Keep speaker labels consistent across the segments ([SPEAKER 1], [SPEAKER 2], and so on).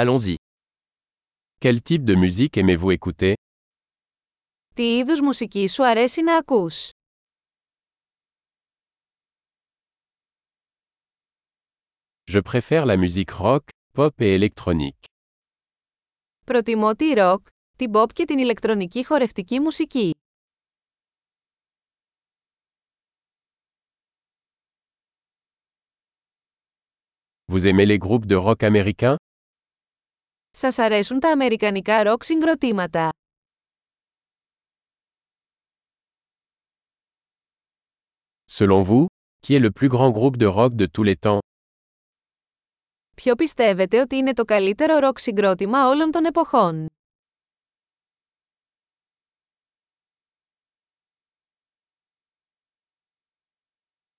[SPEAKER 1] Allons-y. Quel type de musique aimez-vous écouter
[SPEAKER 2] Τι είδους μουσική σου αρέσει να ακούς?
[SPEAKER 1] Je préfère la musique rock, pop et électronique.
[SPEAKER 2] Προτιμώ τη ροκ, την pop και την ηλεκτρονική χορευτική μουσική.
[SPEAKER 1] Vous aimez les groupes de rock américains
[SPEAKER 2] Σας αρέσουν τα αμερικανικά ροκ συγκροτήματα.
[SPEAKER 1] Selon vous, qui est le plus grand groupe de rock de tous les temps
[SPEAKER 2] Ποιο πιστεύετε ότι είναι το καλύτερο ροκ συγκρότημα όλων των εποχών?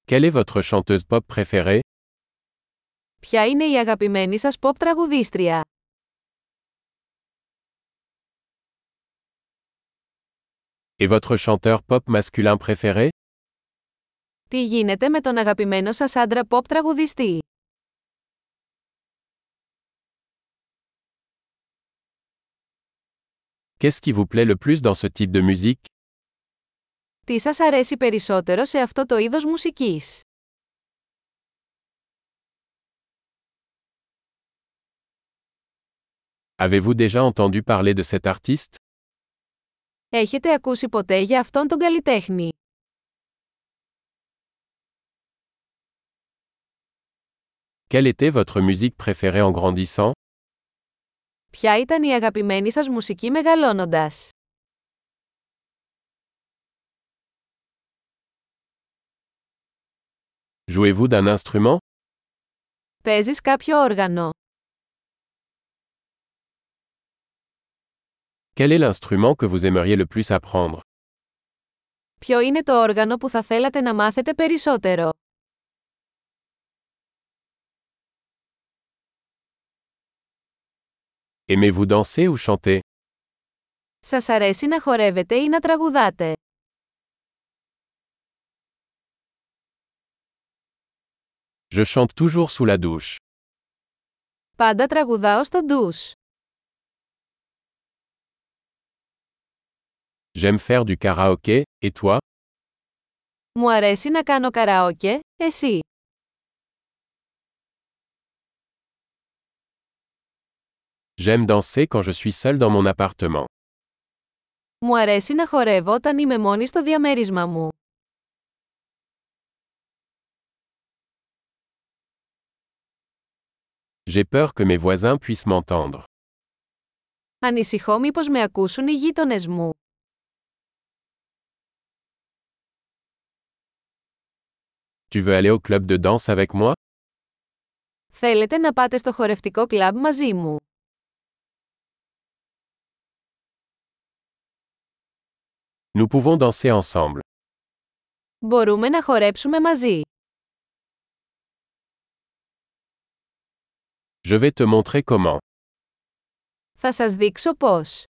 [SPEAKER 1] Quelle est votre chanteuse pop préférée
[SPEAKER 2] Ποια είναι η αγαπημένη σας pop τραγουδίστρια?
[SPEAKER 1] Et votre chanteur pop masculin préféré
[SPEAKER 2] Τι γίνεται με τον αγαπημένο σας άντρα pop τραγουδιστή?
[SPEAKER 1] Qu'est-ce qui vous plaît le plus dans ce type de musique
[SPEAKER 2] Τι σας αρέσει περισσότερο σε αυτό το είδος μουσικής?
[SPEAKER 1] Avez-vous déjà entendu parler de cet artiste
[SPEAKER 2] Έχετε ακούσει ποτέ για αυτόν τον καλλιτέχνη?
[SPEAKER 1] Quelle était votre musique préférée en grandissant
[SPEAKER 2] Ποια ήταν η αγαπημένη σας μουσική μεγαλώνοντας?
[SPEAKER 1] Jouez-vous d'un instrument
[SPEAKER 2] Παίζεις κάποιο όργανο.
[SPEAKER 1] Quel est l'instrument que vous aimeriez le plus apprendre
[SPEAKER 2] Ποιο είναι το όργανο που θα θέλατε να μάθετε περισσότερο.
[SPEAKER 1] Aimez-vous danser ou chanter
[SPEAKER 2] Σας αρέσει να χορεύετε ή να τραγουδάτε.
[SPEAKER 1] Je chante toujours sous la douche.
[SPEAKER 2] Πάντα τραγουδάω στο ντους.
[SPEAKER 1] J'aime faire du karaoké, et toi
[SPEAKER 2] Μου αρέσει να κάνω καραόκε, εσύ.
[SPEAKER 1] J'aime danser quand je suis seul dans mon appartement.
[SPEAKER 2] Μου αρέσει να χορεύω όταν είμαι μόνη στο διαμέρισμά μου.
[SPEAKER 1] J'ai peur que mes voisins puissent m'entendre.
[SPEAKER 2] Ανησυχώ μήπως με ακούσουν οι γείτονες μου.
[SPEAKER 1] Tu veux aller au club de danse avec moi
[SPEAKER 2] Θέλετε να πάτε στο χορευτικό κλαμπ μαζί μου.
[SPEAKER 1] Nous pouvons danser ensemble.
[SPEAKER 2] Μπορούμε να χορέψουμε μαζί.
[SPEAKER 1] Je vais te montrer comment.
[SPEAKER 2] Θα σας δείξω πώς.